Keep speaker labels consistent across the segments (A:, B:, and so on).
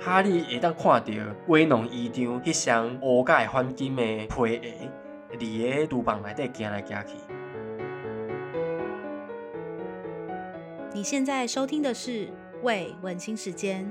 A: 哈利会当看到威农医长迄双乌甲的反金的皮鞋，伫个厨房内底行来行去。
B: 你现在收听的是《喂文青时间》。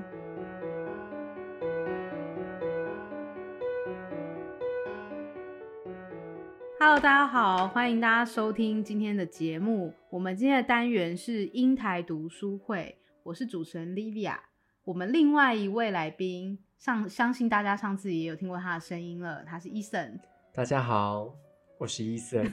C: Hello，大家好，欢迎大家收听今天的节目。我们今天的单元是英台读书会，我是主持人 Livia。我们另外一位来宾，上相信大家上次也有听过他的声音了，他是 Eason。
A: 大家好，我是医生。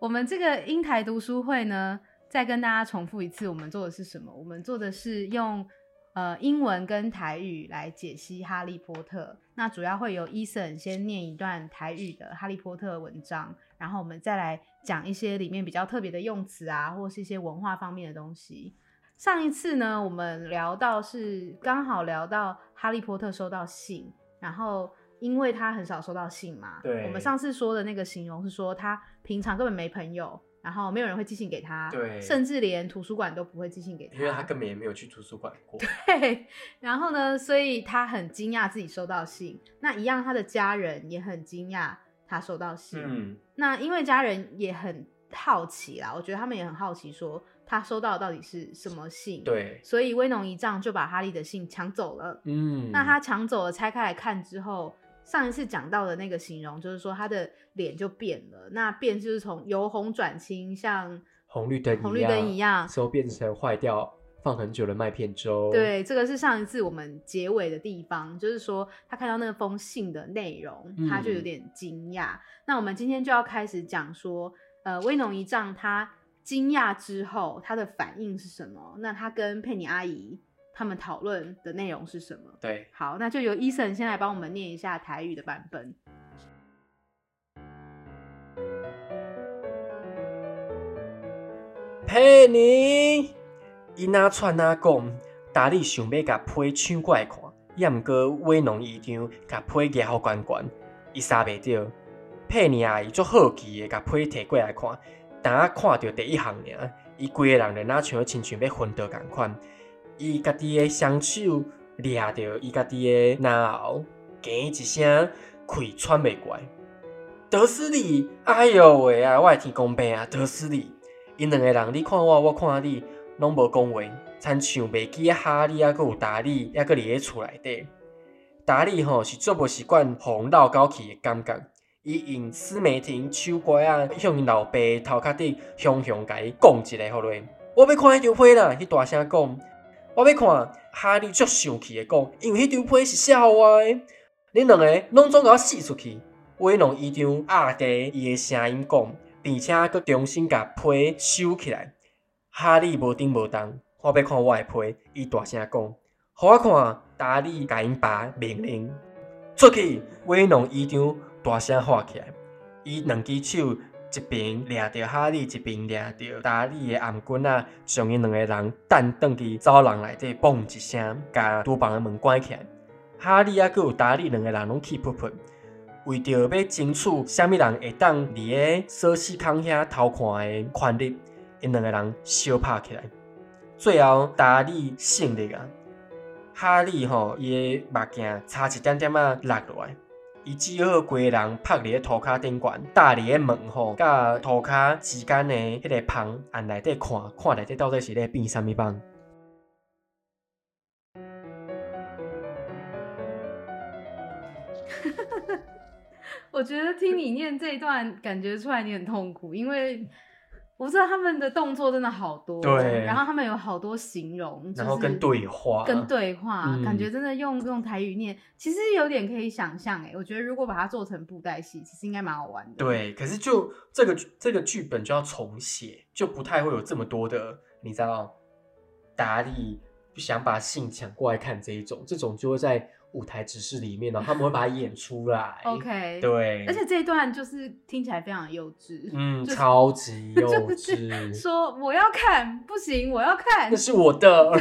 C: 我们这个英台读书会呢，再跟大家重复一次，我们做的是什么？我们做的是用呃英文跟台语来解析《哈利波特》。那主要会由 Eason 先念一段台语的《哈利波特》文章，然后我们再来讲一些里面比较特别的用词啊，或是一些文化方面的东西。上一次呢，我们聊到是刚好聊到哈利波特收到信，然后因为他很少收到信嘛，
A: 对
C: 我们上次说的那个形容是说他平常根本没朋友，然后没有人会寄信给他，
A: 对
C: 甚至连图书馆都不会寄信给他，
A: 因为他根本也没有去图书馆过。
C: 对，然后呢，所以他很惊讶自己收到信，那一样他的家人也很惊讶他收到 信，
A: 嗯，
C: 那因为家人也很好奇啦，我觉得他们也很好奇说他收到的到底是什么信，。
A: 对，
C: 所以威农一丈就把哈利的信抢走了。
A: 嗯，
C: 那他抢走了，拆开来看之后，上一次讲到的那个形容就是说他的脸就变了，那变就是从由红转青，像
A: 红绿灯
C: 红绿灯一样。
A: 之后变成坏掉放很久的麦片粥。，
C: 对，这个是上一次我们结尾的地方，就是说他看到那封信的内容，
A: 嗯
C: 他就有点惊讶。那我们今天就要开始讲说，呃，威农一丈他惊讶之后他的反应是什么？那他跟佩妮阿姨他们讨论的内容是什么？
A: 对，
C: 好，那就由 Eason 先来帮我们念一下台语的版本。
A: 佩妮，伊那串啊讲，达利想要甲批抢过来看，也毋过威农医长甲批举好悬悬，伊杀袂着。佩妮阿姨足好奇的甲批摕过来看，但啊看到第一项尔，伊规个人就若像亲像要昏倒共款。伊家己的双手掠着伊家己的咽喉，惊一声，气喘袂过来。德斯里，哎哟喂啊！我的天公伯啊，德斯里！因两个人，你看我，我看你，拢无讲话，参像袂记哈利啊，佮有达利，还佮伫咧厝内底。达利吼是足无习惯互绕到去的感觉，伊用斯梅婷手瓜啊向因老爸的头壳顶雄雄甲伊讲一个好落。我要看迄张批啦，迄大声讲，我要看。哈利足生气的讲，因为迄张批是写互我的，恁两个拢总甲我死出去。威龙伊张压低伊的声音讲，并且佫重新甲批收起来。哈利无顶无动，我要看我的批，伊大声讲，互我看达利甲因爸命令。出去，威龙伊张大声喊起来，伊两只手一边掠着哈利，一边掠着达利的颔棍仔，将因两个人弹倒去走廊内底，嘣一声，甲厨房的门关起来。哈利啊，佮有达利两个人拢气噗噗。为着要争取虾物人会当伫咧索西康遐偷看的权利，因两个人相拍起来。最后，达利胜利啊！哈利吼，伊的目镜差一点点仔落落来，伊只好规个人趴伫咧涂骹顶悬，搭伫咧门吼，甲涂骹之间的迄个缝按内底看，看内底到底是咧变啥物棒。
C: 我觉得听你念这一段，感觉出来你很痛苦，因为我知道他们的动作真的好多，
A: 对
C: 然后他们有好多形容，
A: 然后
C: 就是
A: 跟对话，
C: 跟对话，
A: 嗯
C: 感觉真的用用台语念，其实有点可以想象哎，我觉得如果把它做成布袋戏，其实应该蛮好玩的。，
A: 对，可是就这个这个剧本就要重写，就不太会有这么多的，你知道，达利不想把信抢过来看这一种，这种就会在舞台指示里面呢，他们会把它演出来。
C: OK，，
A: 对，
C: 而且这一段就是听起来非常幼稚，
A: 嗯，
C: 就是
A: 超级幼
C: 就是
A: 稚，
C: 说我要看，不行，我要看
A: 那，是我 的。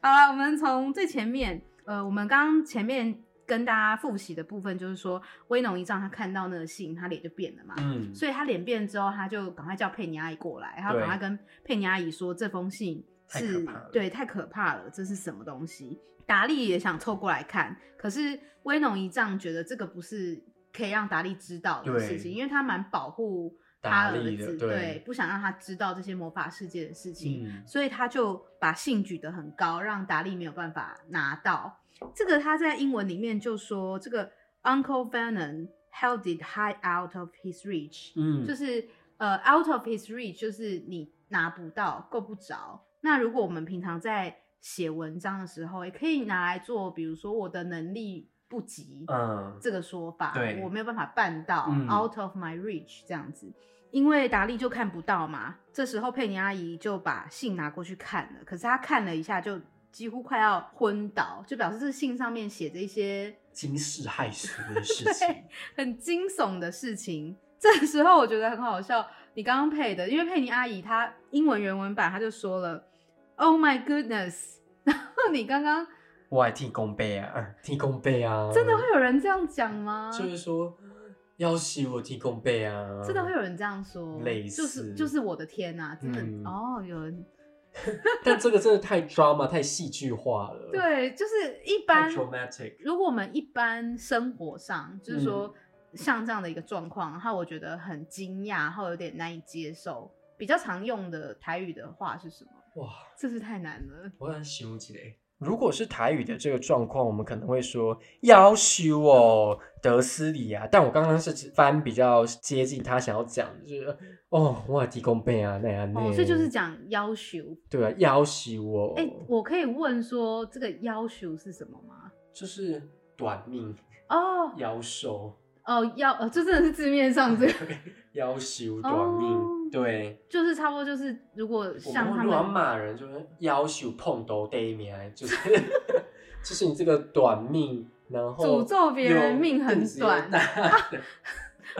C: 好了，我们从最前面，呃，我们刚刚前面跟大家复习的部分，就是说威农一丈他看到那个信，他脸就变了嘛，
A: 嗯，
C: 所以他脸变之后，他就赶快叫佩妮阿姨过来，他
A: 对
C: 赶快跟佩妮阿姨说这封信
A: 太可
C: 是
A: 怕了
C: 对太可怕了，这是什么东西？达利也想凑过来看，可是威农一丈觉得这个不是可以让达利知道的
A: 对
C: 事情，因为他蛮保护他
A: 达
C: 儿
A: 利
C: 子，
A: 的对
C: 不想让他知道这些魔法世界的事情，
A: 嗯，
C: 所以他就把信举得很高，让达利没有办法拿到。这个他在英文里面就说，这个 Uncle Vernon held it high out of his reach，、
A: 嗯，
C: 就是呃 out of his reach，就是你拿不到、够不着。那如果我们平常在写文章的时候，也可以拿来做，比如说我的能力不及，
A: 嗯，
C: 这个说法，
A: 对
C: 我没有办法办到、
A: 嗯
C: out of my reach 这样子，因为达利就看不到嘛。这时候佩妮阿姨就把信拿过去看了，可是她看了一下就。几乎快要昏倒，就表示这信上面写着一些
A: 惊世骇俗的事情
C: 对，很惊悚的事情。 这时候我觉得很好笑，你刚刚配的，因为佩妮阿姨她英文原文版她就说了，Oh my goodness，然后你刚刚
A: 我还天公杯啊，天公杯啊，
C: 真的会有人这样讲吗？
A: 就是说，要洗我提供杯啊，
C: 真的会有人这样说，
A: 类似
C: 就是就是我的天呐、真的、
A: 嗯
C: 哦，有人
A: 但这个真的太 drama 太戏剧化了，，
C: 对，就是一
A: 呃太
C: 般
A: dramatic，
C: 如果我们一般生活上，就是
A: 嗯
C: 说像这样的一个状况，然后我觉得很惊讶，然后有点难以接受。比较常用的台语的话是什么？
A: 哇，
C: 真是太难了。
A: 我很形容起来。如果是台语的这个状况，我们可能会说“要修哦，德斯里啊”，但我刚刚是指翻比较接近他想要讲的，就是哦，我提供杯啊，那样那，
C: 哦，所以就是讲要求。
A: 对啊，要修哦，
C: 哎、我可以问说这个要求是什么吗？
A: 就是短命、
C: 哦
A: 妖 兽、
C: 哦，要呃，这真的是字面上这个，
A: 要修短命，
C: 哦
A: 对。
C: 就是差不多就是如果
A: 我
C: 像
A: 们
C: 他
A: 如果要
C: 们
A: 骂人，就是要求碰头第一名，就是 就是你这个短命，然后
C: 诅咒别人
A: 又
C: 命很
A: 肚子又
C: 短
A: 大。，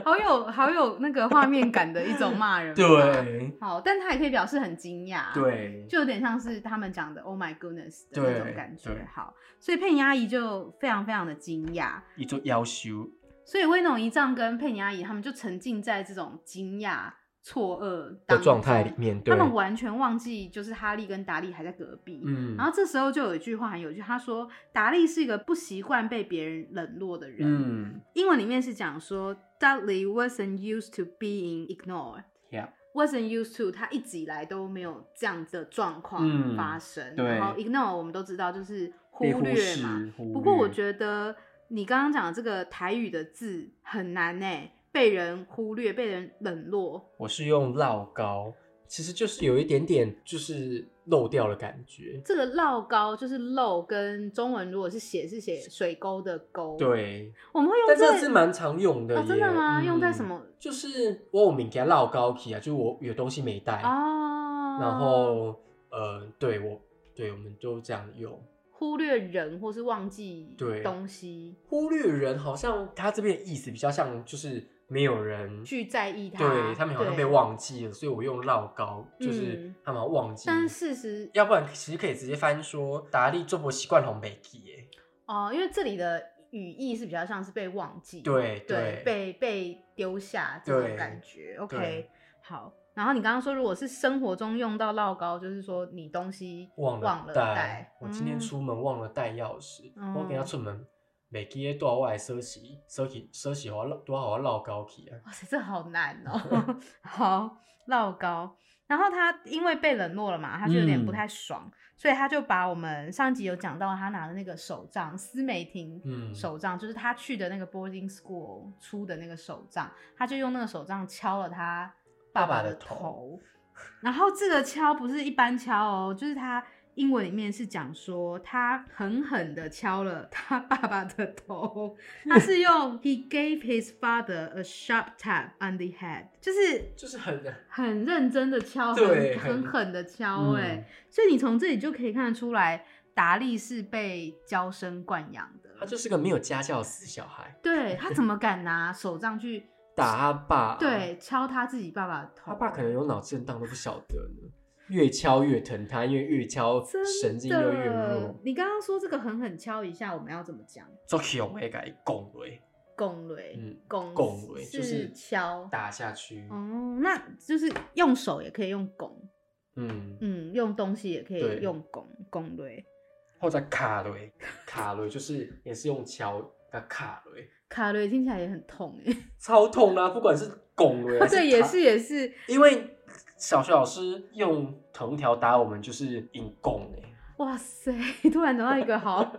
C: 好有 好有那个画面感的一种骂人
A: 对
C: 好，但他也可以表示很惊讶，，啊
A: 对，
C: 就有点像是他们讲的 “Oh my goodness” 的那
A: 对
C: 种感
A: 对
C: 觉。好，所以佩妮阿姨就非常非常的惊讶，
A: 一座要求，
C: 所以威农一丈跟佩妮阿姨他们就沉浸在这种惊讶、错愕
A: 的
C: 当
A: 状态里
C: 中，
A: 面，对
C: 他，们完全忘记就是哈利跟达利还在隔壁。
A: 嗯，
C: 然后这时候就有一句话很有趣，他说达利是一个不习惯被别人冷落的人。
A: 嗯
C: 英文里面是讲说，Dudley wasn't used to being ignored。
A: ，yeah，
C: wasn't used to，他一直以来都没有这样的状
A: 嗯
C: 况发生。
A: 对
C: 然后 ignore 我们都知道就是忽
A: 被忽
C: 略
A: 视
C: 嘛。，
A: 忽略
C: 不过我觉得你刚刚讲的这个台语的字很难呢、被人忽略，被人冷落。
A: 我是用绕高，其实就是有一点点就是漏掉的感觉，
C: 这个绕高就是漏，跟中文如果是写是写水沟的沟。，
A: 对，
C: 我们会用
A: 但这
C: 在
A: 个字蛮常用的
C: 哦，真的
A: 耶
C: 吗？用在
A: 嗯
C: 什么？
A: 就是我有物件落高去啊，就是我有东西没带，
C: 哦，
A: 然后呃，对我对我们都这样用。
C: 忽略人或是忘记
A: 对
C: 东西，
A: 忽略人好像他这边的意思比较像就是没有人
C: 去在意他。
A: 对他们好像被
C: 对
A: 忘记了，所以我用落高，就是
C: 嗯
A: 他们好像忘记。
C: 但事实
A: 要不然其实可以直接翻说达利做不习惯红北基耶，
C: 哦、因为这里的语义是比较像是被忘记，
A: 对
C: 对，
A: 对
C: 被被丢下这
A: 对
C: 种感觉。OK，
A: 对
C: 好。然后你刚刚说，如果是生活中用到落高，就是说你东西
A: 忘
C: 了
A: 带
C: 带。，
A: 我今天
C: 嗯
A: 出门忘了带钥匙，
C: 嗯
A: 我等下出门北基耶多外奢侈奢侈奢侈我多好落高去啊。
C: 哇塞，这好难哦。 好，落高。然后他因为被冷落了嘛，他就有点
A: 嗯
C: 不太爽，所以他就把我们上集有讲到他拿的那个手杖，斯美婷
A: 嗯
C: 手杖，就是他去的那个 boarding school 出的那个手杖，他就用那个手杖敲了他
A: 爸
C: 爸
A: 爸
C: 爸
A: 的
C: 的
A: 头
C: 头。然后这个敲不是一般敲哦，就是他英文里面是讲说他狠狠的敲了他爸爸的头，他是用 he gave his father a sharp tap on the head，就是
A: 就是很
C: 很认真的敲，
A: 对
C: 很
A: 很
C: 很狠的敲、哎、
A: 嗯
C: 所以你从这里就可以看得出来，达利是被娇生惯养的。
A: 他就是个没有家教的死小孩，
C: 对他 怎么敢拿手杖去
A: 打他爸。
C: 对，敲他自己爸爸的头？
A: 啊他爸可能有脑震荡都不晓得呢。越敲越疼他，因为越敲
C: 真的
A: 神经就越弱。
C: 你刚刚说这个狠狠敲一下，我们要怎么讲？
A: 做熊会改拱雷
C: 拱雷，
A: 嗯
C: 拱
A: 拱雷就是是
C: 敲。
A: 打下去。
C: 哦，那就是用手也可以用拱，
A: 嗯，
C: 嗯，用东西也可
A: 对
C: 以用拱拱雷。
A: 或者卡雷，卡雷就是也是用敲个卡雷，
C: 卡雷听起来也很痛哎、
A: 超痛啊啦、不管是拱雷还是
C: 对，也
A: 卡
C: 是，也是，
A: 因为小学老师用藤条打我们就是引拱哎、
C: 哇塞！突然讲到一个 好，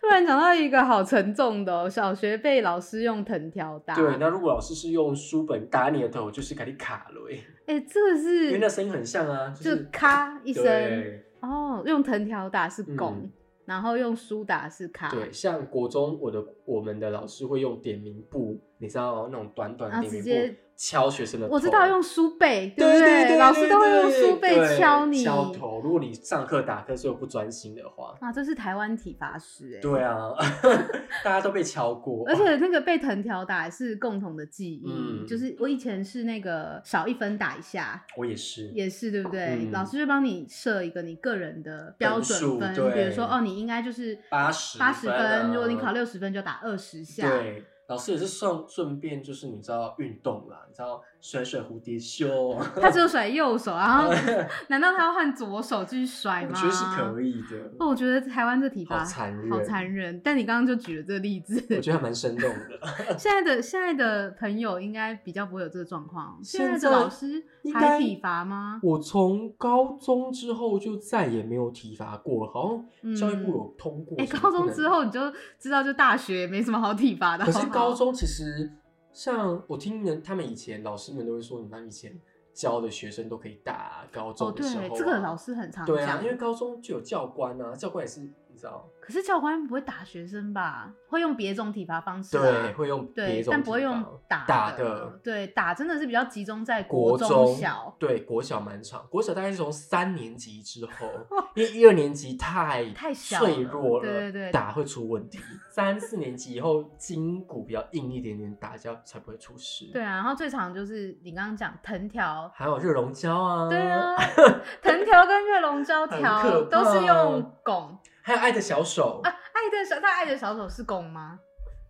C: 突然讲到一个好沉重的、哦，小学被老师用藤条打，
A: 对，那如果老师是用书本打你的头，就是给你卡雷，
C: 哎、这个
A: 因为那
C: 是
A: 声音很像啊，
C: 就是咔一声，
A: 对
C: 哦，用藤条打是拱，
A: 嗯
C: 然后用书打是咔，
A: 对，像国中我的我们的老师会用点名簿，你知道吗那种短短
C: 啊
A: 的点
C: 直接
A: 名簿敲学生的头，
C: 我知道用书背，
A: 对
C: 不
A: 对对，
C: 老师都会用
A: 对
C: 书背
A: 对
C: 敲你，
A: 敲头。如果你上课打瞌睡又不专心的话，
C: 啊，这是台湾体罚师哎，
A: 对啊， 大家都被敲过，
C: 而且那个被藤条打也是共同的记忆，
A: 嗯
C: 就是我以前是那个少一分打一下，
A: 我也是，
C: 也是对不对？
A: 嗯
C: 老师就帮你设一个你个人的标准
A: 分
C: 分，
A: 数对
C: 比如说哦，你应该就是
A: 80
C: 八十
A: 分啊
C: 如果你考六十分就打二十下，
A: 对。老师也是顺顺便就是你知道运动啦，你知道甩甩蝴蝶袖，啊
C: 他只有甩右手，然 后难道他要换左手继续甩
A: 我
C: 吗？
A: 觉得是可。以的。
C: 哦，我觉得台湾这体罚
A: 好残忍
C: 好残忍。但你刚刚就举了这个例子，
A: 我觉得还蛮生动的，
C: 现在的现在的朋友应该比较不会有这个状况。
A: 现在
C: 在的老师
A: 应该
C: 还体罚吗？
A: 我从高中之后就再也没有体罚过了，好像教育部有通过
C: 嗯哎、
A: 什么
C: 高
A: 不
C: 中
A: 能
C: 之后你就知道，就大学也没什么好体罚的。
A: 可是
C: 好不好
A: 高中其实像我听人他们以前老师们都会说，你们以前教的学生都可以打啊、高
C: 哦，
A: 中的时候啊、
C: 对，这个老师很常
A: 对啊，
C: 讲
A: 因。为高中就有教官啊，教官也是你知道，
C: 可是教官不会打学生吧？会用别种体罚方式、啊。
A: 对，会用别
C: 对，
A: 种
C: 但不会
A: 地
C: 用
A: 方
C: 打
A: 打
C: 的。对，打真的是比较集中在
A: 国
C: 中小。
A: 对国小蛮长，国小大概是从三年级之 后，因为一二年级太
C: 太小
A: 脆
C: 了
A: 弱了，
C: 对对对
A: 打会出问题。三四年级以后筋骨比较硬一点点，打架才不会出事。
C: 对，啊，然后最常就是你刚刚讲藤条，
A: 还有热熔胶啊，
C: 对啊， 藤条跟月龙胶
A: 很可
C: 条
A: 怕
C: 都是用拱。
A: 还有爱的小手，
C: 啊爱的小他爱的小手是拱吗？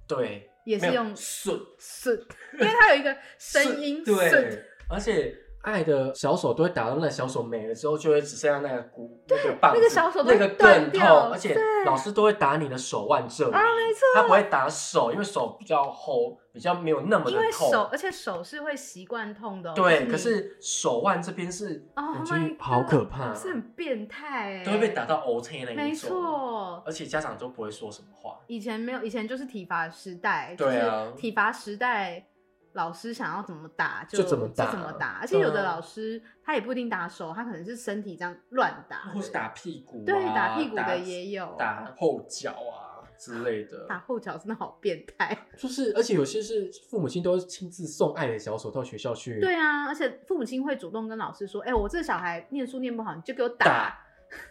A: 对，
C: 也是
A: 没有
C: 用
A: 顺
C: 是，因为它有一个声音
A: 顺对
C: 顺，
A: 而且爱的小手都会打到那个小手没了之后，就会只剩下那个骨那个棒子，
C: 那个小手都
A: 那
C: 会
A: 个
C: 断
A: 更痛
C: 掉，
A: 而且
C: 对
A: 老师都会打你的手腕这里，
C: 啊没错
A: 他不会打手，因为手比较厚，比较没有那么的
C: 因为手，
A: 痛。
C: 而且手是会习惯痛的哦、
A: 对，
C: 你
A: 可是手腕这边是，
C: 哦
A: 我
C: my
A: 觉得好
C: God，
A: 可怕，
C: 是很变态哎，
A: 都会被打到 O K 那一种，
C: 没，错。
A: 而且家长都不会说什么话，
C: 以前没有，以前就是体罚时代，
A: 对啊
C: 就是体罚时代，老师想要怎么打
A: 就怎么打
C: 就怎么打，而且有
A: 对
C: 的
A: 啊
C: 老师他也不一定打手，他可能是身体这样乱打，
A: 或是打屁股、啊，
C: 对打屁股
A: 打
C: 的也有，
A: 打后脚啊之类的，
C: 打后脚真的好变 态。
A: 就是，而且有些是父母亲都亲自送爱的小手到学校去，
C: 对啊，而且父母亲会主动跟老师说：“哎、我这小孩念书念不好，你就给我打。
A: 打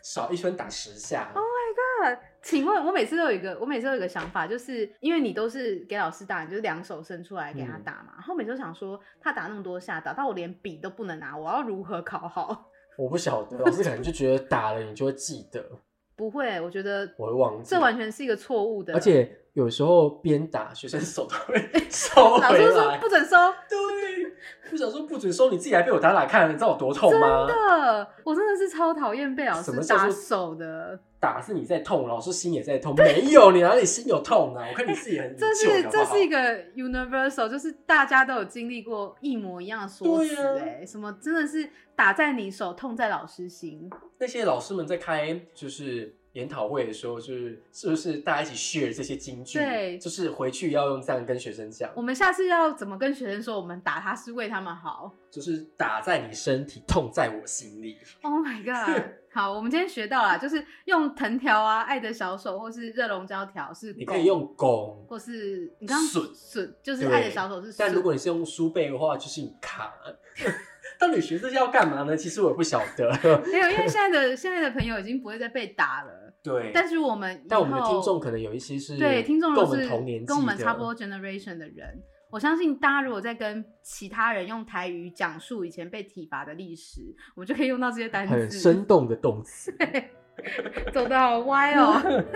A: 少一分打十下，
C: 啊请问，我每次都有一个，我每次都有一个想法，就是因为你都是给老师打，你就是两手伸出来给
A: 嗯
C: 他打嘛。然后每次都想说，他打那么多下，打到我连笔都不能拿，我要如何考好？
A: 我不晓得，老师可能就觉得打了你就会记得，
C: 不会，我觉得
A: 我会忘记
C: 这。完全是一个错误的。
A: 而且有时候边打，学生手都会 收
C: 老
A: 回
C: 师说
A: 来
C: 不。准收，
A: 对，我想说不准收，你自己还被我打打看，你知道我多痛吗？
C: 呃，我真的是超讨厌被老
A: 什么
C: 师
A: 叫
C: 打
A: 做
C: 手的。
A: 打是你在痛，老师心也在痛。没有，你哪里心有痛啊？我看你自己很
C: 这
A: 很
C: 是
A: 糗
C: 这是一。
A: 搞不好
C: 个 universal，就是大家都有经历过一模一样的说辞、
A: 对啊
C: 哎、什么真的是打在你手，痛在老师心。
A: 那些老师们在开就是研讨会的时候，就是是不是大家一起 share 这些金句？
C: 对
A: 就是回去要用这样跟学生讲
C: 我，们下次要怎么跟学生说，我们打他是为他们好
A: 就是打在你身体，痛在我心里。
C: ？Oh my god！好，我们今天学到了，就是用藤条啊、爱的小手或是热熔胶条是
A: 你
C: 拱
A: 可以，用拱，
C: 或是你刚
A: 笋
C: 损，就是
A: 对
C: 爱的小手是
A: 但
C: 损。
A: 如果你是用书背的话，就是你卡。 到底学这些要干嘛呢？其实我也不晓得。
C: 没有，因为现在的现在的朋友已经不会再被打了，
A: 对，
C: 但是我们以
A: 但我们的
C: 后
A: 听众可能有一些是
C: 对，听众
A: 跟
C: 都
A: 我们
C: 是
A: 同年纪
C: 跟我们
A: 的
C: 差不多 generation 的人，我相信大家如果在跟其他人用台语讲述以前被体罚的历史，我们就可以用到这些单词，
A: 很生动的动词。
C: 走的好 歪哦。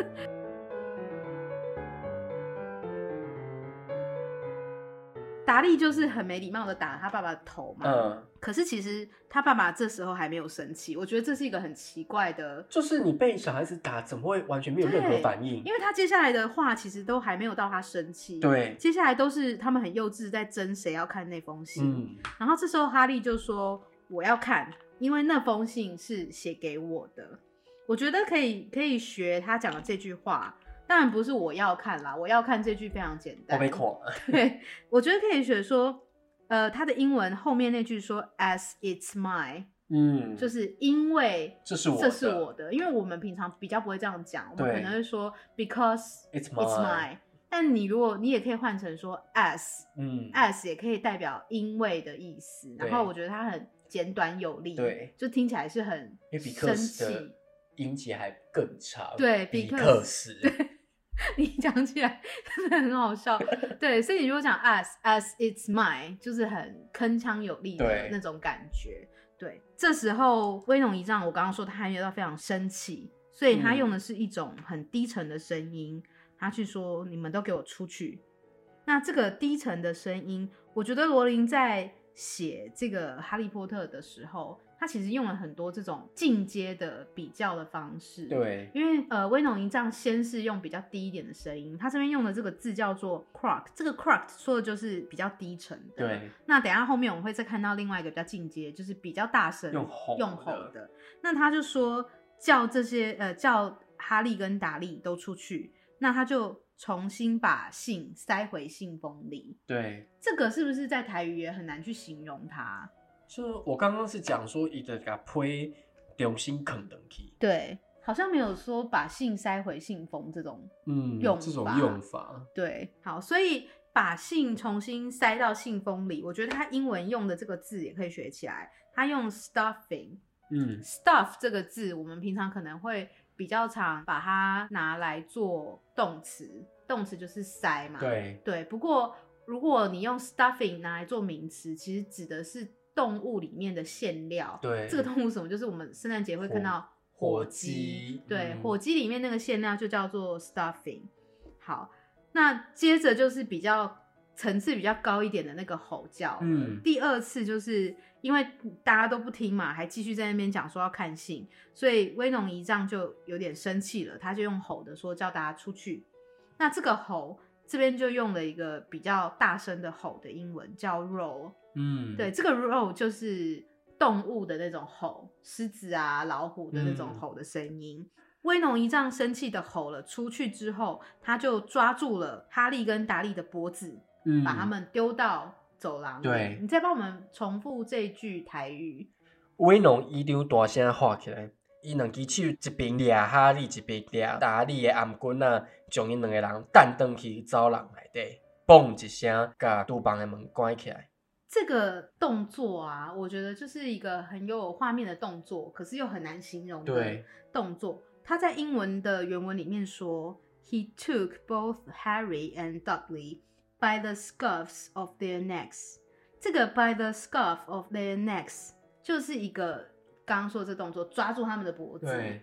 C: 达利就是很没礼貌的打了他爸爸的头嘛。
A: 嗯，
C: 可是其实他爸爸这时候还没有生气，我觉得这是一个很奇怪的，
A: 就是你被小孩子打，怎么会完全没有任何反应
C: 因？为他接下来的话其实都还没有到他生气，，
A: 对，
C: 接下来都是他们很幼稚在争谁要看那封信。
A: 嗯，
C: 然后这时候哈利就说：“我要看，因为那封信是写给我的。”我觉得可以可以学他讲的这句话，当然不是我要看啦，我要看这句非常简
A: 我
C: 单。
A: 没看。
C: 对，我觉得可以学说，呃，他的英文后面那句说 “as it's mine”，
A: 嗯，
C: 就是是因为
A: 这是我的，
C: 这是我的，因为我们平常比较不会这样讲，我们
A: 对
C: 可能会说 “because
A: ，It's
C: it's
A: mine，
C: mine”。但你如果你也可以换成说 “as”，
A: 嗯，
C: as 也可以代表因为的意思，
A: 对
C: 然后我觉得它很简短有力，
A: 对，
C: 就听起来是很
A: 因为比克
C: 生
A: 斯
C: 气
A: 的。音节还更长，
C: 对
A: 比
C: 比
A: 克
C: 克
A: 斯，
C: 你讲起来真的很好笑，对，所以你如果讲 as as it's mine，就是很铿锵有力
A: 对
C: 的那种感觉。对，这时候威农一丈，我刚刚说他还没有到非常生气，所以他
A: 嗯
C: 用的是一种很低沉的声音，他去说：“你们都给我出去。”那这个低沉的声音，我觉得罗琳在写这个《哈利波特》的时候，他其实用了很多这种进阶的比较的方式。。
A: 对，
C: 因为呃，威农一丈先是用比较低一点的声音，他这边用的这个字叫做 croak，这个 croak 说的就是比较低沉的。。
A: 对，
C: 那等一下后面我们会再看到另外一个比较进阶，就是比较大声
A: 用吼
C: 用吼的。那他就说叫这些呃叫哈利跟达利都出去，那他就重新把信塞回信封里。
A: 对，
C: 这个是不是在台语也很难去形容它？
A: 就我刚刚是讲说，伊的甲批重新啃等去，
C: 对，好像没有说把信塞回信封这种
A: 嗯，
C: 用
A: 这种
C: 法
A: 用法，
C: 对，好，所以把信重新塞到信封里，我觉得他英文用的这个字也可以学起来。他用 stuffing，stuff
A: 嗯，
C: 这个字，我们平常可能会比较常把它拿来做动词，动词就是塞嘛。
A: 对，
C: 对，不过如果你用 stuffing 拿来做名词，其实指的是动物里面的馅料。
A: 对
C: 这个动物是什么？就是我们圣诞节会看到
A: 火
C: 火
A: 鸡
C: 对，
A: 嗯
C: 火鸡里面那个馅料就叫做 stuffing。好，那接着就是比较层次比较高一点的那个吼叫。
A: 嗯
C: 第二次就是因为大家都不听嘛，还继续在那边讲说要看信，所以威农一丈就有点生气了，他就用吼的说叫大家出去。那这个吼这边就用了一个比较大声的吼的英文叫 roll。
A: 嗯，
C: 对，，这个 roar 就是动物的那种吼，狮子啊、老虎的那种
A: 嗯
C: 吼的声音。威农一丈生气的吼了出去之后，他就抓住了哈利跟达利的脖子，
A: 嗯，
C: 把他们丢到走廊里。
A: 对
C: 你再帮我们重复这一句台语。
A: 威农伊张大声喊起来，伊两只手一边掠哈利，一边掠达利的颔棍啊，将因两个人弹转去走廊内底，嘣一声，甲厨房的门关起来。
C: 这个动作啊，我觉得就是一个很有画面的动作，可是又很难形容的
A: 对
C: 动作。他在英文的原文里面说，He took both Harry and Dudley by the scruffs of their necks。这个 by the scruff of their necks 就是一个刚刚说的这动作，抓住他们的脖子
A: 对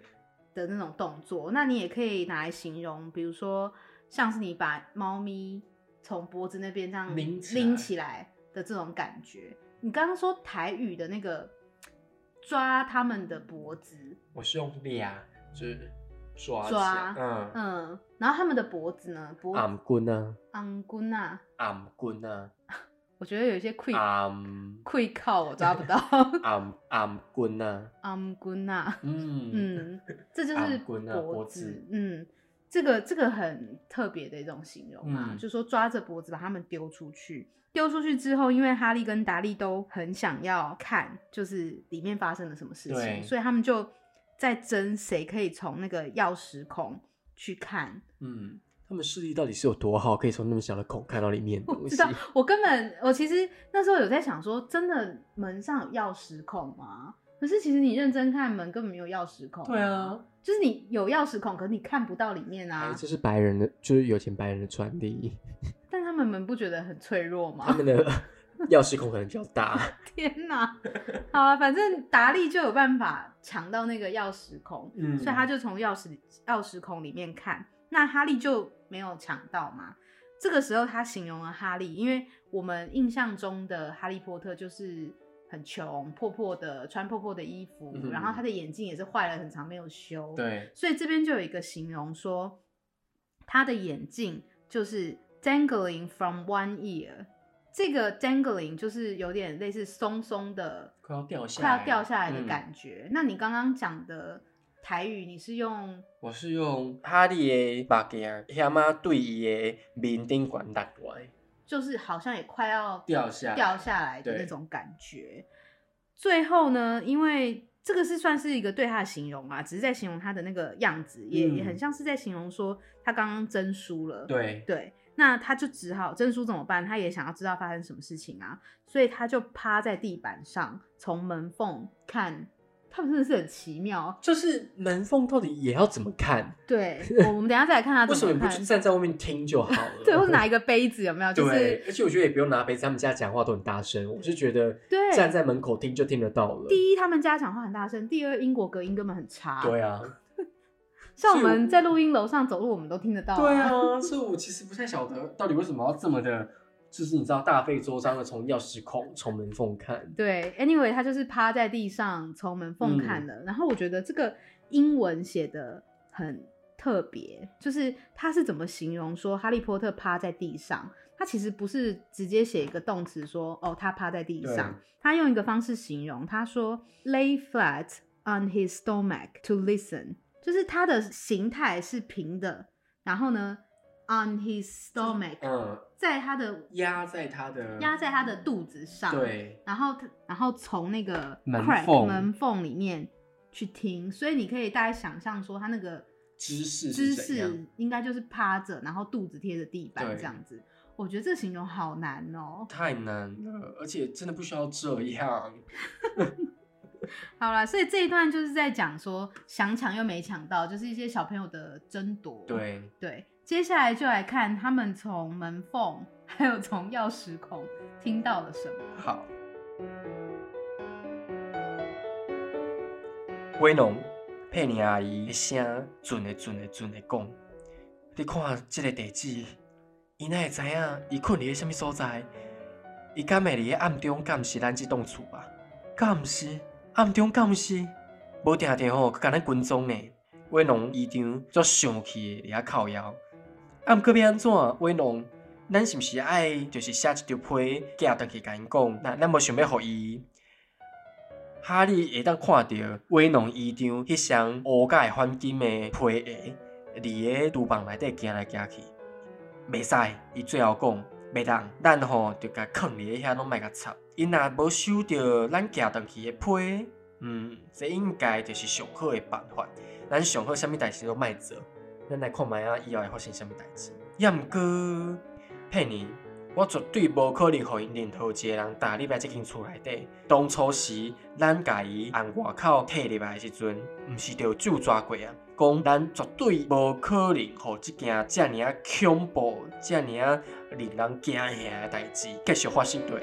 C: 的那种动作。那你也可以拿来形容，比如说像是你把猫咪从脖子那边这样
A: 拎起来
C: 拎起来的这种感觉。你刚刚说台语的那个抓他们的脖子，
A: 我是用掠，就是抓起
C: 抓
A: 来，嗯，
C: 嗯，然后他们的脖子呢，脖
A: 颔棍啊，
C: 昂棍啊，
A: 颔棍啊，
C: 我觉得有一些 quick、
A: 颔
C: quick 靠我抓 不到
A: 颔颔棍啊，
C: 昂棍啊，
A: 嗯嗯，
C: 嗯， 这就是
A: 颔棍啊脖子
C: 嗯，这个这个很特别的一种形容啊，
A: 嗯
C: 就说抓着脖子把他们丢出去。丢出去之后，因为哈利跟达利都很想要看，就是里面发生了什么事
A: 对
C: 情，所以他们就在争谁可以从那个钥匙孔去看。
A: 他们视力到底是有多好，可以从那么小的孔看到里面的
C: 我
A: 东
C: 知
A: 西？
C: 道，我根本我其实那时候有在想说，真的门上有钥匙孔吗？可是其实你认真看门根本没有钥匙孔、
A: 对啊，
C: 就是你有钥匙孔，可是你看不到里面啊
A: 哎。这是白人的，就是有钱白人的专 利。
C: 但他们们不觉得很脆弱
A: 他
C: 吗？
A: 们的钥匙孔可能比较大。
C: 天哪！好啊，反正达利就有办法抢到那个钥匙孔，
A: 嗯
C: 所以他就从钥匙钥匙孔里面看。那哈利就没有抢到嘛。这个时候他形容了哈利，因为我们印象中的哈利波特就是很穷、破破的，穿破破的衣服，
A: 嗯
C: 然后他的眼镜也是坏了很长没有修，
A: 对，
C: 所以这边就有一个形容说，他的眼镜就是 dangling from one ear。这个 dangling 就是有点类似松松的，
A: 快要掉下来
C: 快
A: 了，
C: 要掉下来的
A: 嗯
C: 感觉。那你刚刚讲的台语，你是用
A: 我是用哈利的目镜，遐啊对伊的面顶悬落落来，
C: 就是好像也快要
A: 掉下来
C: 掉下来的
A: 对
C: 那种感觉。最后呢，因为这个是算是一个对他的形容啊，只是在形容他的那个样子，也、
A: 嗯
C: 也很像是在形容说他刚刚真输了。
A: 对，
C: 对，那他就只好真输怎么办？他也想要知道发生什么事情啊，所以他就趴在地板上，从门缝看。他们真的是很奇妙，
A: 就是门缝到底也要怎么看？
C: 对我我们等一下再来看他
A: 为什么
C: 怎
A: 你
C: 么
A: 不
C: 看？
A: 去。站在外面听就好了
C: 对，或者拿一个杯子有没有？啊就是
A: 对，而且我觉得也不用拿杯子，他们家讲话都很大声，我是觉得
C: 对
A: 站在门口听就听得到了。
C: 第一，他们家讲话很大声；第二，英国隔音根本很差。
A: 对啊，
C: 像
A: 所
C: 我
A: 以
C: 们
A: 我
C: 在录音楼上走路，我们都听得到、
A: 对，啊，所以我其实不太晓得到底为什么要这么的，就是你知道大费周章的从钥匙孔从门缝看，
C: 对。Anyway，他就是趴在地上从门缝
A: 嗯
C: 看了，然后我觉得这个英文写的很特别，就是他是怎么形容说哈利波特趴在地上？他其实不是直接写一个动词说哦，他趴在地上，他用一个方式形容，他说 lay flat on his stomach to listen，就是他的形态是平的，然后呢 on his stomach，、
A: 嗯，
C: 在他的
A: 压在他的
C: 压在他的肚子上，，
A: 对，
C: 然后他然后从那个
A: 门
C: crack
A: 缝
C: 门缝里面去听，所以你可以大概想象说他那个
A: 姿势
C: 姿
A: 是怎样
C: 势应该就是趴着，然后肚子贴着地板
A: 对
C: 这样子。我觉得这形容好难哦、
A: 太难了，而且真的不需要这样。
C: 好啦，所以这一段就是在讲说想抢又没抢到，就是一些小朋友的争夺。
A: 对，
C: 对，接下来就来看他们从门缝还有从钥匙孔听到了什么。
A: 好。威龙佩妮阿姨的声准的准的准的讲，你看即个地址，伊哪会知影伊困伫咧什物所在？伊敢会伫咧暗中监视咱即栋厝啊？监视，暗中监视，无定定吼，甲咱跟踪呢。威龙姨丈足生气的，伫遐哭腰。啊，毋过要安怎？威龙咱是毋是爱就是写一张批寄倒去甲因讲，那咱无想要互伊。哈利会当看到威农医长迄双乌甲的反金的皮鞋，伫个厨房内底行来行去，袂使。伊最后讲，袂当，咱吼就甲囥伫咧遐，拢莫甲插。因若无收到咱寄倒去的批，嗯，这应该就是上好的办法。咱上好啥物代志都莫做。咱来看卖啊，以后会发生什么代志。也毋过，骗你，我绝对无可能互因任何一个人踏入来即间厝内底。当初时，咱家己按外口退入来的时阵，毋是着酒抓过啊？讲咱绝对无可能互即件遮尔啊恐怖、遮尔啊令人惊吓的代志继续发生落。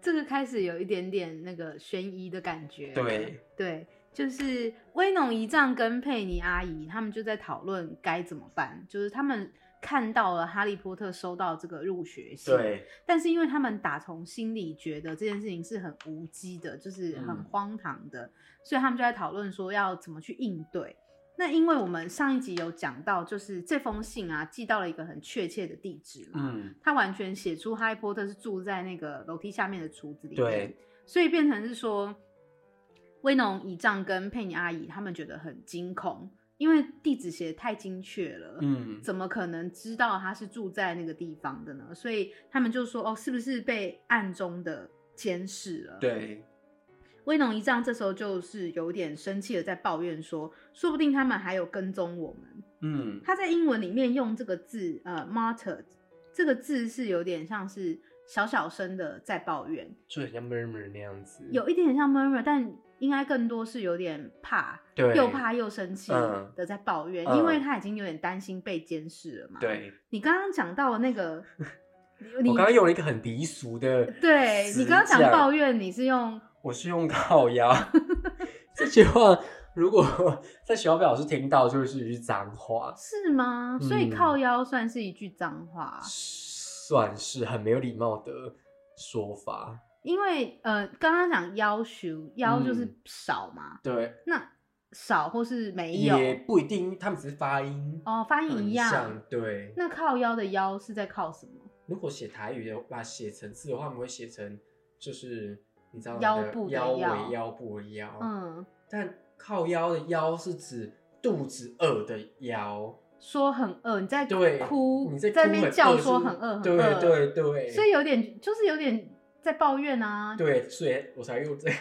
C: 这个开始有一点点那个悬疑的感觉。
A: 对，
C: 对，就是威农姨丈跟佩妮阿姨他们就在讨论该怎么办，就是他们看到了哈利波特收到这个入学信，，
A: 对，
C: 但是因为他们打从心里觉得这件事情是很无稽的，就是很
A: 嗯
C: 荒唐的，所以他们就在讨论说要怎么去应对。那因为我们上一集有讲到，就是这封信啊寄到了一个很确切的地址嘛，
A: 嗯，
C: 他完全写出哈利波特是住在那个楼梯下面的厨子里面
A: 对，
C: 所以变成是说，威农姨丈跟佩妮阿姨他们觉得很惊恐，因为地址写的太精确了。
A: 嗯，
C: 怎么可能知道他是住在那个地方的呢？所以他们就说：“哦，是不是被暗中的监视了？”，
A: 对，
C: 威农一丈这时候就是有点生气的，在抱怨说：“说不定他们还有跟踪我们。”
A: 嗯，
C: 他在英文里面用这个字，呃，martyr 这个字是有点像是小小声的在抱怨，
A: 就很像 murmur 那样子。
C: 有一点点像 murmur，但应该更多是有点怕，
A: 对，
C: 又怕又生气
A: 嗯
C: 的在抱怨，
A: 嗯
C: 因为他已经有点担心被监视了嘛。，
A: 对。
C: 你刚刚讲到的 那个，你
A: 我刚刚用了一个很低俗的，
C: 对你刚刚讲抱
A: 怨，
C: 怨，你是用
A: 我是用靠腰，这句话如果在学校被老师听到，就是一句脏话，
C: 是吗？所以
A: 嗯
C: 靠腰算是一句脏话，
A: 算是很没有礼貌的说法。
C: 因为呃，刚刚讲要求，要就是
A: 嗯
C: 少嘛，
A: 对，
C: 那少或是没有
A: 也不一定，他们只是发音
C: 哦，发音
A: 很
C: 一样
A: 像。。对，
C: 那靠腰的腰是在靠什么？
A: 如果写台语的话，写成字的话，我们会写成就是你知道
C: 腰
A: 你的
C: 部的
A: 腰
C: 腰
A: 围、腰部的腰。，
C: 嗯，
A: 但靠腰的腰是指肚子饿的腰。
C: 说很饿，你在
A: 对，
C: 哭，
A: 你在哭
C: 那边
A: 很
C: 叫
A: 饿
C: 说
A: 是
C: 很饿，很
A: 对
C: 饿，
A: 对对，
C: 所以有点就是有点在抱怨啊，
A: 对，所以我才用这个，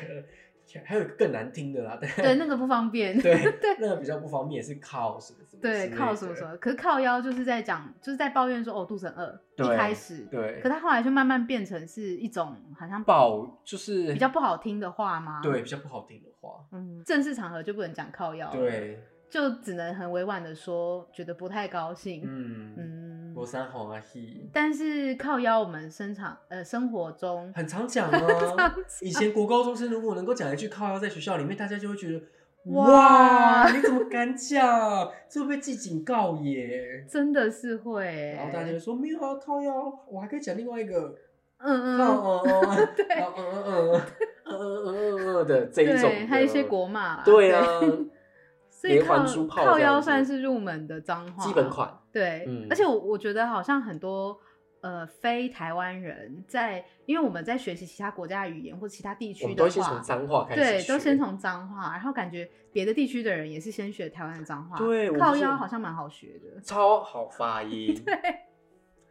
A: 还有一个更难听的啦，但
C: 对，那个不方 便，
A: 对 那个比较不方便，是靠什么什么，
C: 对，靠什么什，么？可是靠腰就是在讲，就是在抱怨说哦，肚子很饿。
A: 对
C: 一开始，
A: 对
C: 可，他后来就慢慢变成是一种好像
A: 爆就是
C: 比较不好听的话吗？
A: 对，比，较不好听的话，
C: 嗯，正式场合就不能讲靠腰，，
A: 对，
C: 就只能很委婉的说觉得不太高兴，
A: 嗯，
C: 嗯
A: 我三红啊嘿，
C: 但是靠腰我们生长呃生活中
A: 很常讲
C: 很常
A: 啊
C: 讲，
A: 以前国高中生如果能够讲一句靠腰，在学校里面大家就会觉得。
C: 哇
A: 哇！你怎么敢讲？ 这会被记警告耶！
C: 真的是会欸，
A: 然后大家就说没有啊，靠腰，我还可以讲另外一个
C: 嗯嗯。
A: 哦哦 哦，对，嗯嗯嗯嗯嗯嗯嗯的这一种
C: 对，
A: 的，
C: 还有一些国骂啦。
A: 对啊，
C: 所以
A: 连环
C: 靠
A: 珠炮
C: 靠
A: 这样
C: 腰
A: 子
C: 算是入门的脏话，
A: 基本款，
C: 对，
A: 嗯
C: 而且我我觉得好像很多呃非台湾人在，因为我们在学习其他国家的语言或其他地
A: 我
C: 区
A: 们都
C: 的
A: 会先从
C: 话，
A: 脏话开始
C: 对，
A: 学
C: 都先从脏话，然后感觉别的地区的人也是先学台湾的脏话，
A: 对我
C: 靠
A: 不是
C: 腰好像蛮好学的，
A: 超好 发音，对，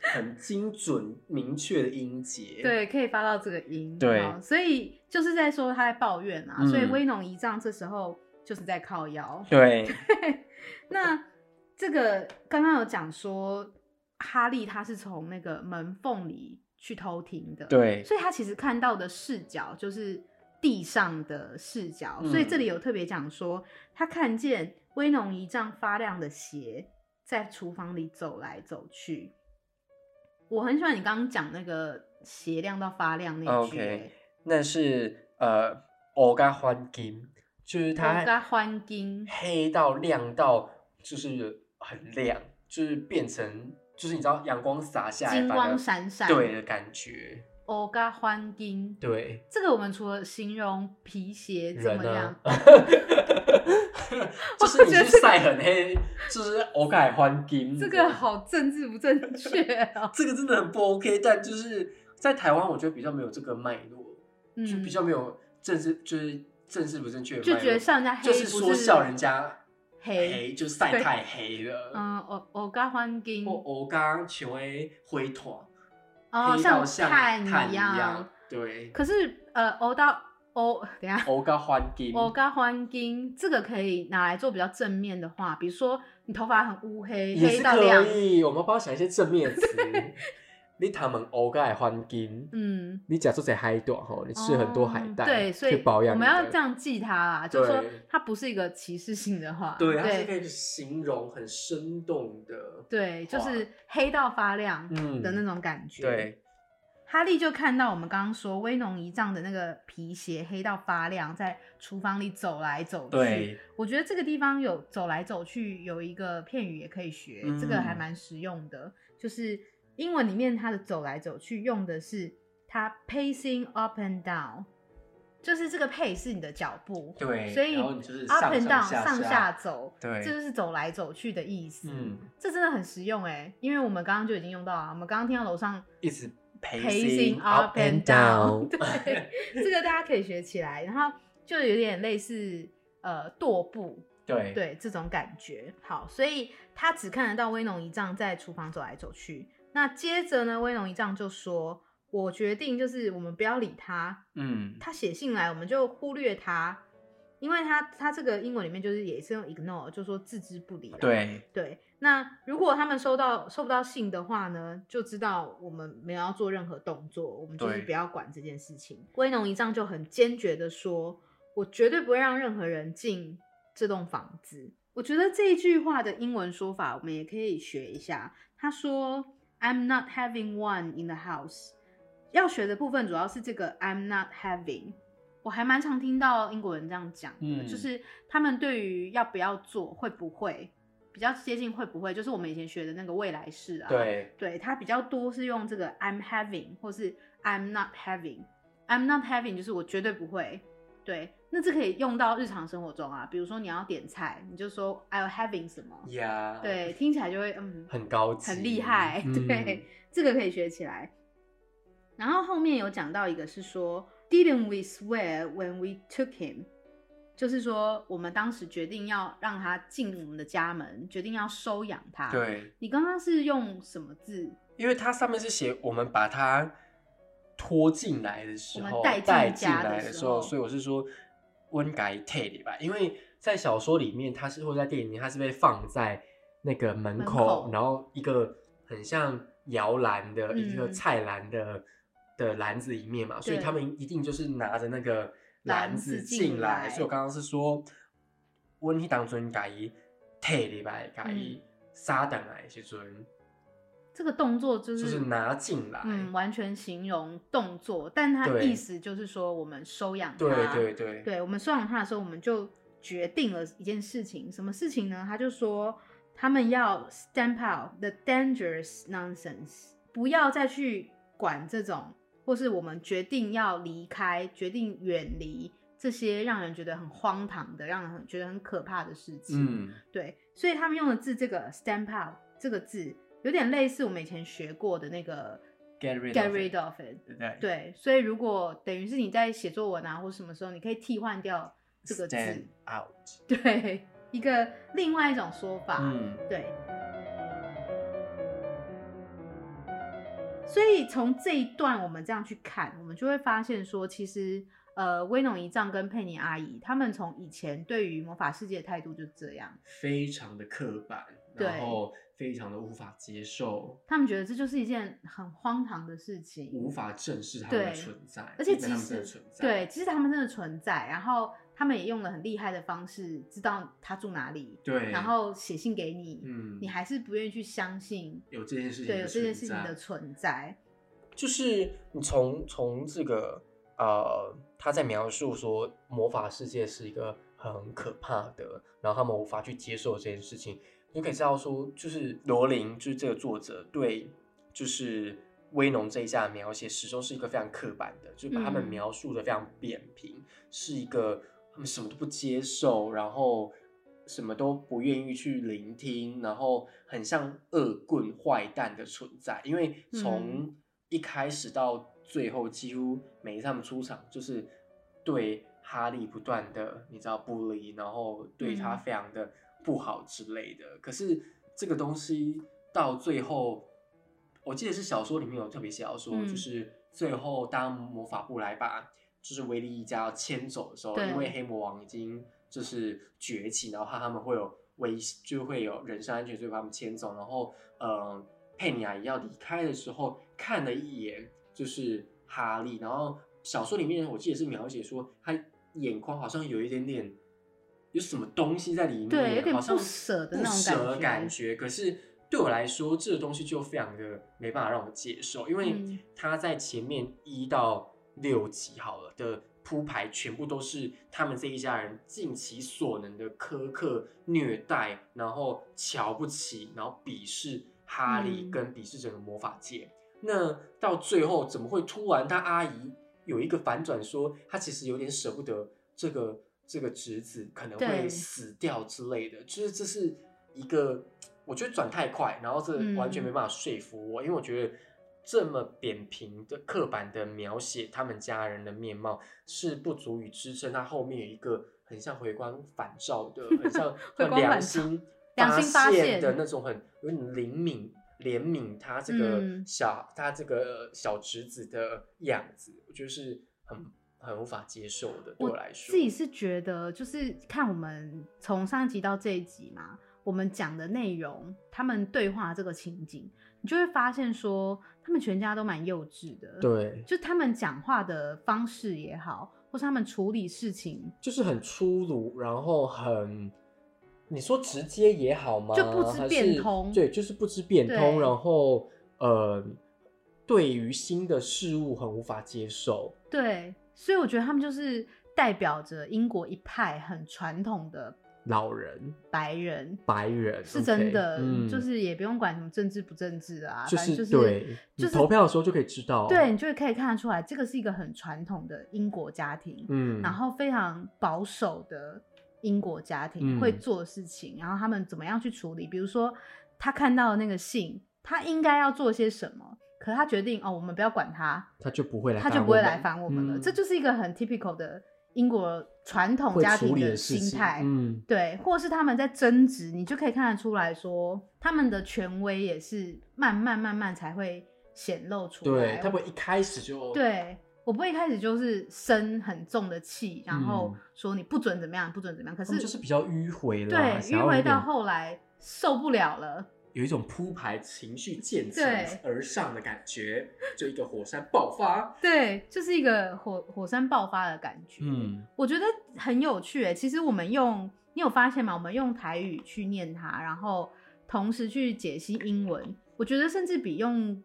A: 很精准明确的音节，，
C: 对，可以发到这个音，
A: 对
C: 好所以就是在说他在抱怨啊，
A: 嗯
C: 所以威农一丈这时候就是在靠腰，
A: 对，
C: 那这个刚刚有讲说，哈利他是从那个门缝里去偷听的，，
A: 对，
C: 所以他其实看到的视角就是地上的视角，
A: 嗯
C: 所以这里有特别讲说，他看见威农一丈发亮的鞋在厨房里走来走去。我很喜欢你刚刚讲那个鞋亮到发亮那一句、
A: 哦
C: 欸
A: OK 那是呃，我跟欢金，就是
C: 他
A: 它
C: 他欢金，
A: 黑到亮到就是很亮，就是变成就是你知道阳光洒下来，
C: 金
A: 反而
C: 光闪闪，
A: 对，的感觉，
C: 欧嘎欢金，
A: 对。
C: 这个我们除了形容皮鞋怎
A: 人
C: 么样
A: 啊，， 就是你去晒很黑，就是我改欢金。。
C: 这个，好政治不正确哦
A: 这个真的很不 OK。但就是在台湾，我觉得比较没有这个脉络，就
C: 嗯，
A: 比较没有正式，就是正式不正确的脉
C: 就
A: 络，
C: 觉得像人家黑，
A: 就是说
C: 不
A: 笑人家
C: 黑。
A: 黑，就是晒
C: 对
A: 太黑了。
C: 嗯，我我刚欢金
A: 或我刚求诶灰团，
C: 哦，
A: 哦黑到像
C: 炭
A: 炭
C: 一
A: 样。对，
C: 可是呃，欧到欧，等一下，
A: 我刚欢金，
C: 我刚欢金这个可以拿来做比较正面的话，比如说你头发很乌黑，
A: 也
C: 黑
A: 是
C: 到亮
A: 可，以。我们帮他想一些正面 的词。你他们我该欢金，
C: 嗯，
A: 你假设在海岛吼，你吃很多海带，
C: 哦对，所以
A: 去保养
C: 我
A: 你
C: 们
A: 的。
C: 要这样记它啦，就是说
A: 对
C: 它不是一个歧视性的话，
A: 对，它是
C: 对
A: 可以形容很生动的，
C: 对，就
A: 哇
C: 是黑到发亮
A: 嗯
C: 的那种感觉。，
A: 对
C: 哈利就看到我们刚刚说威农一丈的那个皮鞋黑到发亮，在厨房里走来走去。，我觉得这个地方有走来走去，有一个片语也可以学，
A: 嗯
C: 这个还蛮实用的。就是英文里面它的走来走去用的是它 pacing up and down，就是这个 pace 是你的脚步，
A: 嗯对
C: 所以
A: 然后你就是上
C: up
A: 上
C: and down
A: 下
C: 上
A: 下
C: 下走，
A: 对
C: 这就是走来走去的意思。
A: 嗯，
C: 这真的很实用哎、因为我们刚刚就已经用到啊，我们刚刚听到楼上
A: 一直
C: pacing up and down，对， 这个大家可以学起来，然后就有点类似呃踱步，
A: 对
C: 对这种感觉。好，所以他只看得到威农一丈在厨房走来走去。那接着呢，威农一丈就说：“我决定就是我们不要理他，
A: 嗯，
C: 他写信来我们就忽略他，因为他他这个英文里面就是也是用 ignore，就说置之不理啦。
A: 对
C: 对，那如果他们收到收不到信的话呢，就知道我们没有要做任何动作，我们就是
A: 对
C: 不要管这件事情。威农一丈就很坚决的说：“我绝对不会让任何人进这栋房子。”我觉得这一句话的英文说法，我们也可以学一下。他说：“I'm not having one in the house。”要学的部分主要是这个 “I'm not having”，我还蛮常听到英国人这样讲的，
A: 嗯
C: 就是他们对于要不要做、会不会，比较接近会不会，就是我们以前学的那个未来式啊。，
A: 嗯对，
C: 对，它比较多是用这个 I'm having 或是 I'm not having。I'm not having 就是我绝对不会。对，那这可以用到日常生活中啊，比如说你要点菜，你就说 I'm having 什么，
A: 呀，，
C: 对，听起来就会嗯
A: 很高级，
C: 很厉害，
A: 嗯
C: 对，，这个可以学起来。然后后面有讲到一个是说，Didn't we swear when we took him？就是说我们当时决定要让他进我们的家门，决定要收养他。，
A: 对，
C: 你刚刚是用什么字？
A: 因为它上面是写我们把它拖进来的时
C: 我
A: 候，
C: 们带进
A: 带进
C: 家的
A: 来
C: 时
A: 时
C: 候
A: 候，所以我是说温改 t a 吧，因为在小说里面，它是或者在电影里面，它是被放在那个门口，
C: 门口
A: 然后一个很像摇篮的、
C: 嗯
A: 一个菜篮的的篮子里面嘛，所以
C: 对
A: 他们一定就是拿着那个篮子进
C: 篮子进来
A: 所以我刚刚是说温迄当阵改伊 t 入来，改
C: 嗯
A: 伊杀等来的时阵，
C: 这个动作就
A: 就是是拿进来。
C: 嗯，完全形容动作，但它
A: 对
C: 意思就是说我们收养他。
A: 对对对，
C: 对我们收养他的时候，我们就决定了一件事情，什么事情呢？他就说他们要 stamp out the dangerous nonsense，不要再去管这种，或是我们决定要离开，决定远离这些让人觉得很荒唐的、让人很觉得很可怕的事情。
A: 嗯，
C: 对，所以他们用的字这个 stamp out 这个字，有点类似我们以前学过的那个
A: get rid
C: get
A: of it
C: rid of it。
A: 对不对？
C: 对，所以如果等于是你在写作文啊或什么时候，你可以替换掉这个字。
A: Stand out，
C: 对，一个另外一种说法。
A: 嗯，
C: 对。所以从这一段我们这样去看，我们就会发现说，其实呃，威农姨丈跟佩妮阿姨他们从以前对于魔法世界的态度就这样，
A: 非常的刻板，
C: 对
A: 然后非常的无法接受，
C: 他们觉得这就是一件很荒唐的事情，
A: 无法正视他们的
C: 对
A: 存在，
C: 而且
A: 因为
C: 其
A: 他们真
C: 实
A: 的存在，
C: 对，其实他们真的存在，然后他们也用了很厉害的方式知道他住哪里，
A: 对，
C: 然后写信给你，
A: 嗯，
C: 你还是不愿意去相信
A: 有这件事情的
C: 对有这件事情
A: 存在
C: 的存在，
A: 就是你从从这个呃，他在描述说魔法世界是一个很可怕的，然后他们无法去接受这件事情，你就可以知道说，就是罗琳就是这个作者对就是威农这一家的描写始终是一个非常刻板的，就是把他们
C: 嗯
A: 描述的非常扁平，是一个他们什么都不接受，然后什么都不愿意去聆听，然后很像恶棍坏蛋的存在。因为从
C: 嗯
A: 一开始到最后，几乎每一次他们出场就是对哈利不断的你知道不理，然后对他
C: 嗯
A: 非常的不好之类的。可是这个东西到最后，我记得是小说里面有特别写到说，
C: 嗯
A: 就是最后当魔法部来把就是维利一家要迁走的时候，
C: 对
A: 因为黑魔王已经就是崛起，然后怕他们会有危，就会有人身安全，所以把他们迁走。然后，呃，佩妮阿姨要离开的时候，看了一眼就是哈利，然后小说里面我记得是描写说他眼眶好像有一点点有什么东西在里面，
C: 对有点
A: 好像
C: 不舍的那种
A: 不舍
C: 感觉
A: 感觉。可是对我来说，这个东西就非常的没办法让我接受，因为
C: 嗯
A: 他在前面一到六集好了的铺排，全部都是他们这一家人尽其所能的苛刻、虐待，然后瞧不起，然后鄙视哈利
C: 嗯
A: 跟鄙视整个魔法界。那到最后怎么会突然他阿姨有一个反转说，她其实有点舍不得这个这个侄子可能会
C: 对
A: 死掉之类的，就是这是一个我觉得转太快，然后这
C: 嗯
A: 完全没办法说服我，因为我觉得这么扁平的刻板的描写他们家人的面貌是不足以支撑他后面有一个很像回光返照的，很 像
C: 回光返照
A: 良心
C: 良心发
A: 现
C: 现
A: 的那种很有点灵敏怜悯他这个
C: 嗯
A: 小、他这个小侄子的样子，我觉得是很很无法接受的，对我来说
C: 嗯自。己是觉得，就是看我们从上一集到这一集嘛，我们讲的内容，他们对话这个情景，你就会发现说，他们全家都蛮幼稚的，，
A: 对，
C: 就他们讲话的方式也好，或是他们处理事情，
A: 就是很粗鲁，然后很，你说直接也好吗？
C: 就不知变通
A: 还是对，就是不知变通，
C: 对
A: 然后呃，对于新的事物很无法接受，
C: 对，所以我觉得他们就是代表着英国一派很传统的
A: 老人、
C: 白人，
A: 白人
C: 是真的
A: OK，嗯
C: 就是也不用管什么政治不政治啊，
A: 就
C: 反正
A: 是
C: 就是
A: 对，
C: 就
A: 你
C: 是
A: 投票的时候就可以知道。
C: 对，你，就可以看得出来，这个是一个很传统的英国家庭，
A: 嗯，
C: 然后非常保守的英国家庭
A: 嗯
C: 会做的事情，然后他们怎么样去处理？比如说他看到那个信，他应该要做些什么，可他决定哦，我们不要管他，
A: 他就不会来，
C: 他就不会来烦我们了。
A: 嗯
C: 这就是一个很 typical 的英国传统
A: 会
C: 家
A: 处
C: 庭
A: 理的事
C: 心
A: 情
C: 态。
A: 嗯，
C: 对，或是他们在争执，你就可以看得出来说，他们的权威也是慢慢慢慢才会显露出来。
A: 对，他不会一开始就，
C: 对我不会一开始就是生很重的气，然后
A: 嗯
C: 说你不准怎么样，不准怎么样。可
A: 他们
C: 是
A: 就是比较迂回
C: 对
A: 啦，想
C: 迂
A: 要有
C: 回到
A: 点
C: 后来受不了了，
A: 有一种铺排情绪渐层
C: 对
A: 而上的感觉，就一个火山爆发。
C: 对，就是一个火火山爆发的感觉。，
A: 嗯，
C: 我觉得很有趣诶、欸其实我们用，你有发现吗？我们用台语去念它，然后同时去解析英文，我觉得甚至比用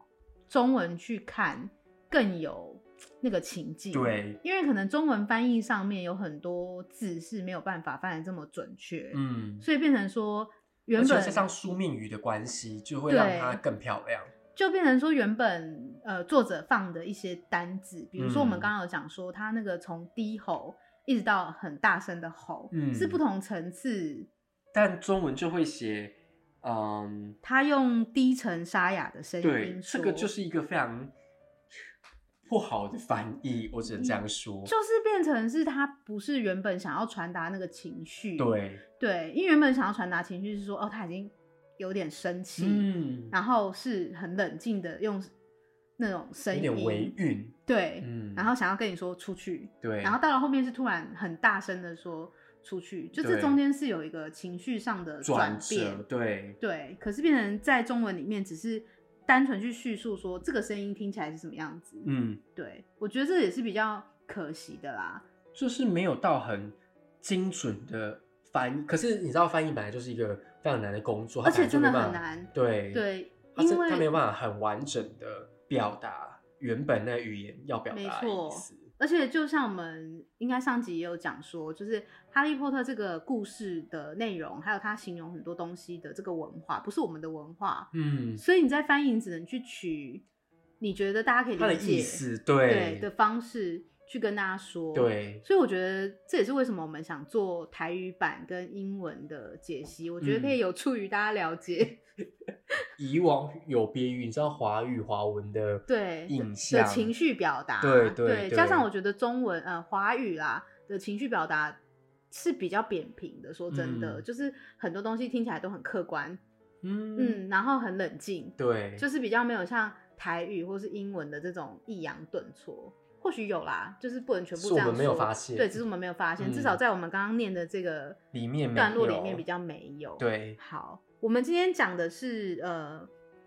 C: 中文去看更有那个情境。。
A: 对，
C: 因为可能中文翻译上面有很多字是没有办法翻得这么准确，
A: 嗯，
C: 所以变成说
A: 而
C: 原
A: 且
C: 本
A: 加上书面语的关系，就会让
C: 对
A: 它更漂亮。
C: 就变成说原本呃作者放的一些单字，比如说我们
A: 嗯
C: 刚刚有讲说他那个从低吼一直到很大声的吼，
A: 嗯
C: 是不同层次。
A: 但中文就会写，嗯，
C: 他用低沉沙哑的声
A: 对
C: 音，
A: 这
C: 说，
A: 个就是一个非常不好的翻译，我
C: 嗯
A: 只能这样说。
C: 就是变成是他不是原本想要传达那个情绪，
A: 对，
C: 对，因为原本想要传达情绪是说哦他已经有点生气，
A: 嗯，
C: 然后是很冷静的用那种声
A: 有点微
C: 音，
A: 韵，
C: 对，
A: 嗯，
C: 然后想要跟你说出去，
A: 对，
C: 然后到了后面是突然很大声的说出去，就这
A: 对
C: 中间是有一个情绪上的
A: 转
C: 转
A: 折，
C: 变，
A: 对，
C: 对，可是变成在中文里面只是单纯去叙述说这个声音听起来是什么样子，
A: 嗯，
C: 对我觉得这也是比较可惜的啦，
A: 就是没有到很精准的翻译。可是你知道，翻译本来就是一个非常难的工作，它
C: 而且
A: 本来就
C: 真的
A: 没办
C: 很
A: 法，
C: 难，
A: 对，
C: 对，
A: 它
C: 因
A: 是它没有
C: 为
A: 办法很完整的表达原本那语言要表
C: 没
A: 达的
C: 错
A: 意思。
C: 而且就像我们应该上集也有讲说，就是《哈利波特》这个故事的内容，还有它形容很多东西的这个文化，不是我们的文化，
A: 嗯，
C: 所以你在翻译你只能去取你觉得大家可以
A: 它的
C: 理
A: 意
C: 解
A: 思，
C: 对
A: 对
C: 的方式去跟大家说。，
A: 对
C: 所以我觉得这也是为什么我们想做台语版跟英文的解析，我觉
A: 嗯
C: 得可以有助于大家了 解、
A: 以往有别于你知道华语华文的
C: 对
A: 印
C: 的
A: 象
C: 情绪表达。
A: 对对对
C: 加上我觉得中文呃华语啦的情绪表达是比较扁平的，说真的，
A: 嗯
C: 就是很多东西听起来都很客观，
A: 嗯，
C: 嗯，然后很冷静，
A: 对，
C: 就是比较没有像台语或是英文的这种抑扬顿挫。或许有啦，就是不能全部
A: 是
C: 这
A: 我
C: 样说。
A: 们没有发现
C: 对，只是我们没有发现，
A: 嗯
C: 至少在我们刚刚念的这个
A: 里面没
C: 段落里
A: 有
C: 面比较没有。，
A: 对，
C: 好，我们今天讲的是呃，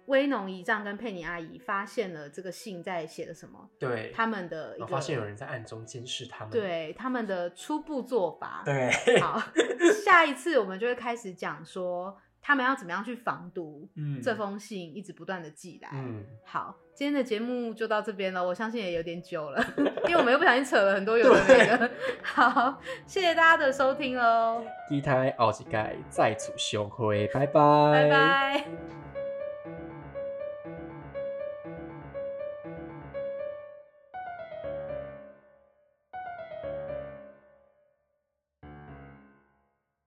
C: 威农姨丈跟佩妮阿姨发现了这个信在写的什么，
A: 对，
C: 他们的
A: 然
C: 一个
A: 后发现有人在暗中监视他们，
C: 对他们的初步做法。，
A: 对，
C: 好，下一次我们就会开始讲说他们要怎么样去防毒，
A: 嗯，
C: 这封信一直不断的寄来。
A: 嗯，
C: 好，今天的节目就到这边了，我相信也有点久了， 因为我们又不小心扯了很多有的没的。 好，谢谢大家的收听喽，哦
A: 期待后一届再次相会，拜拜，
C: 拜拜。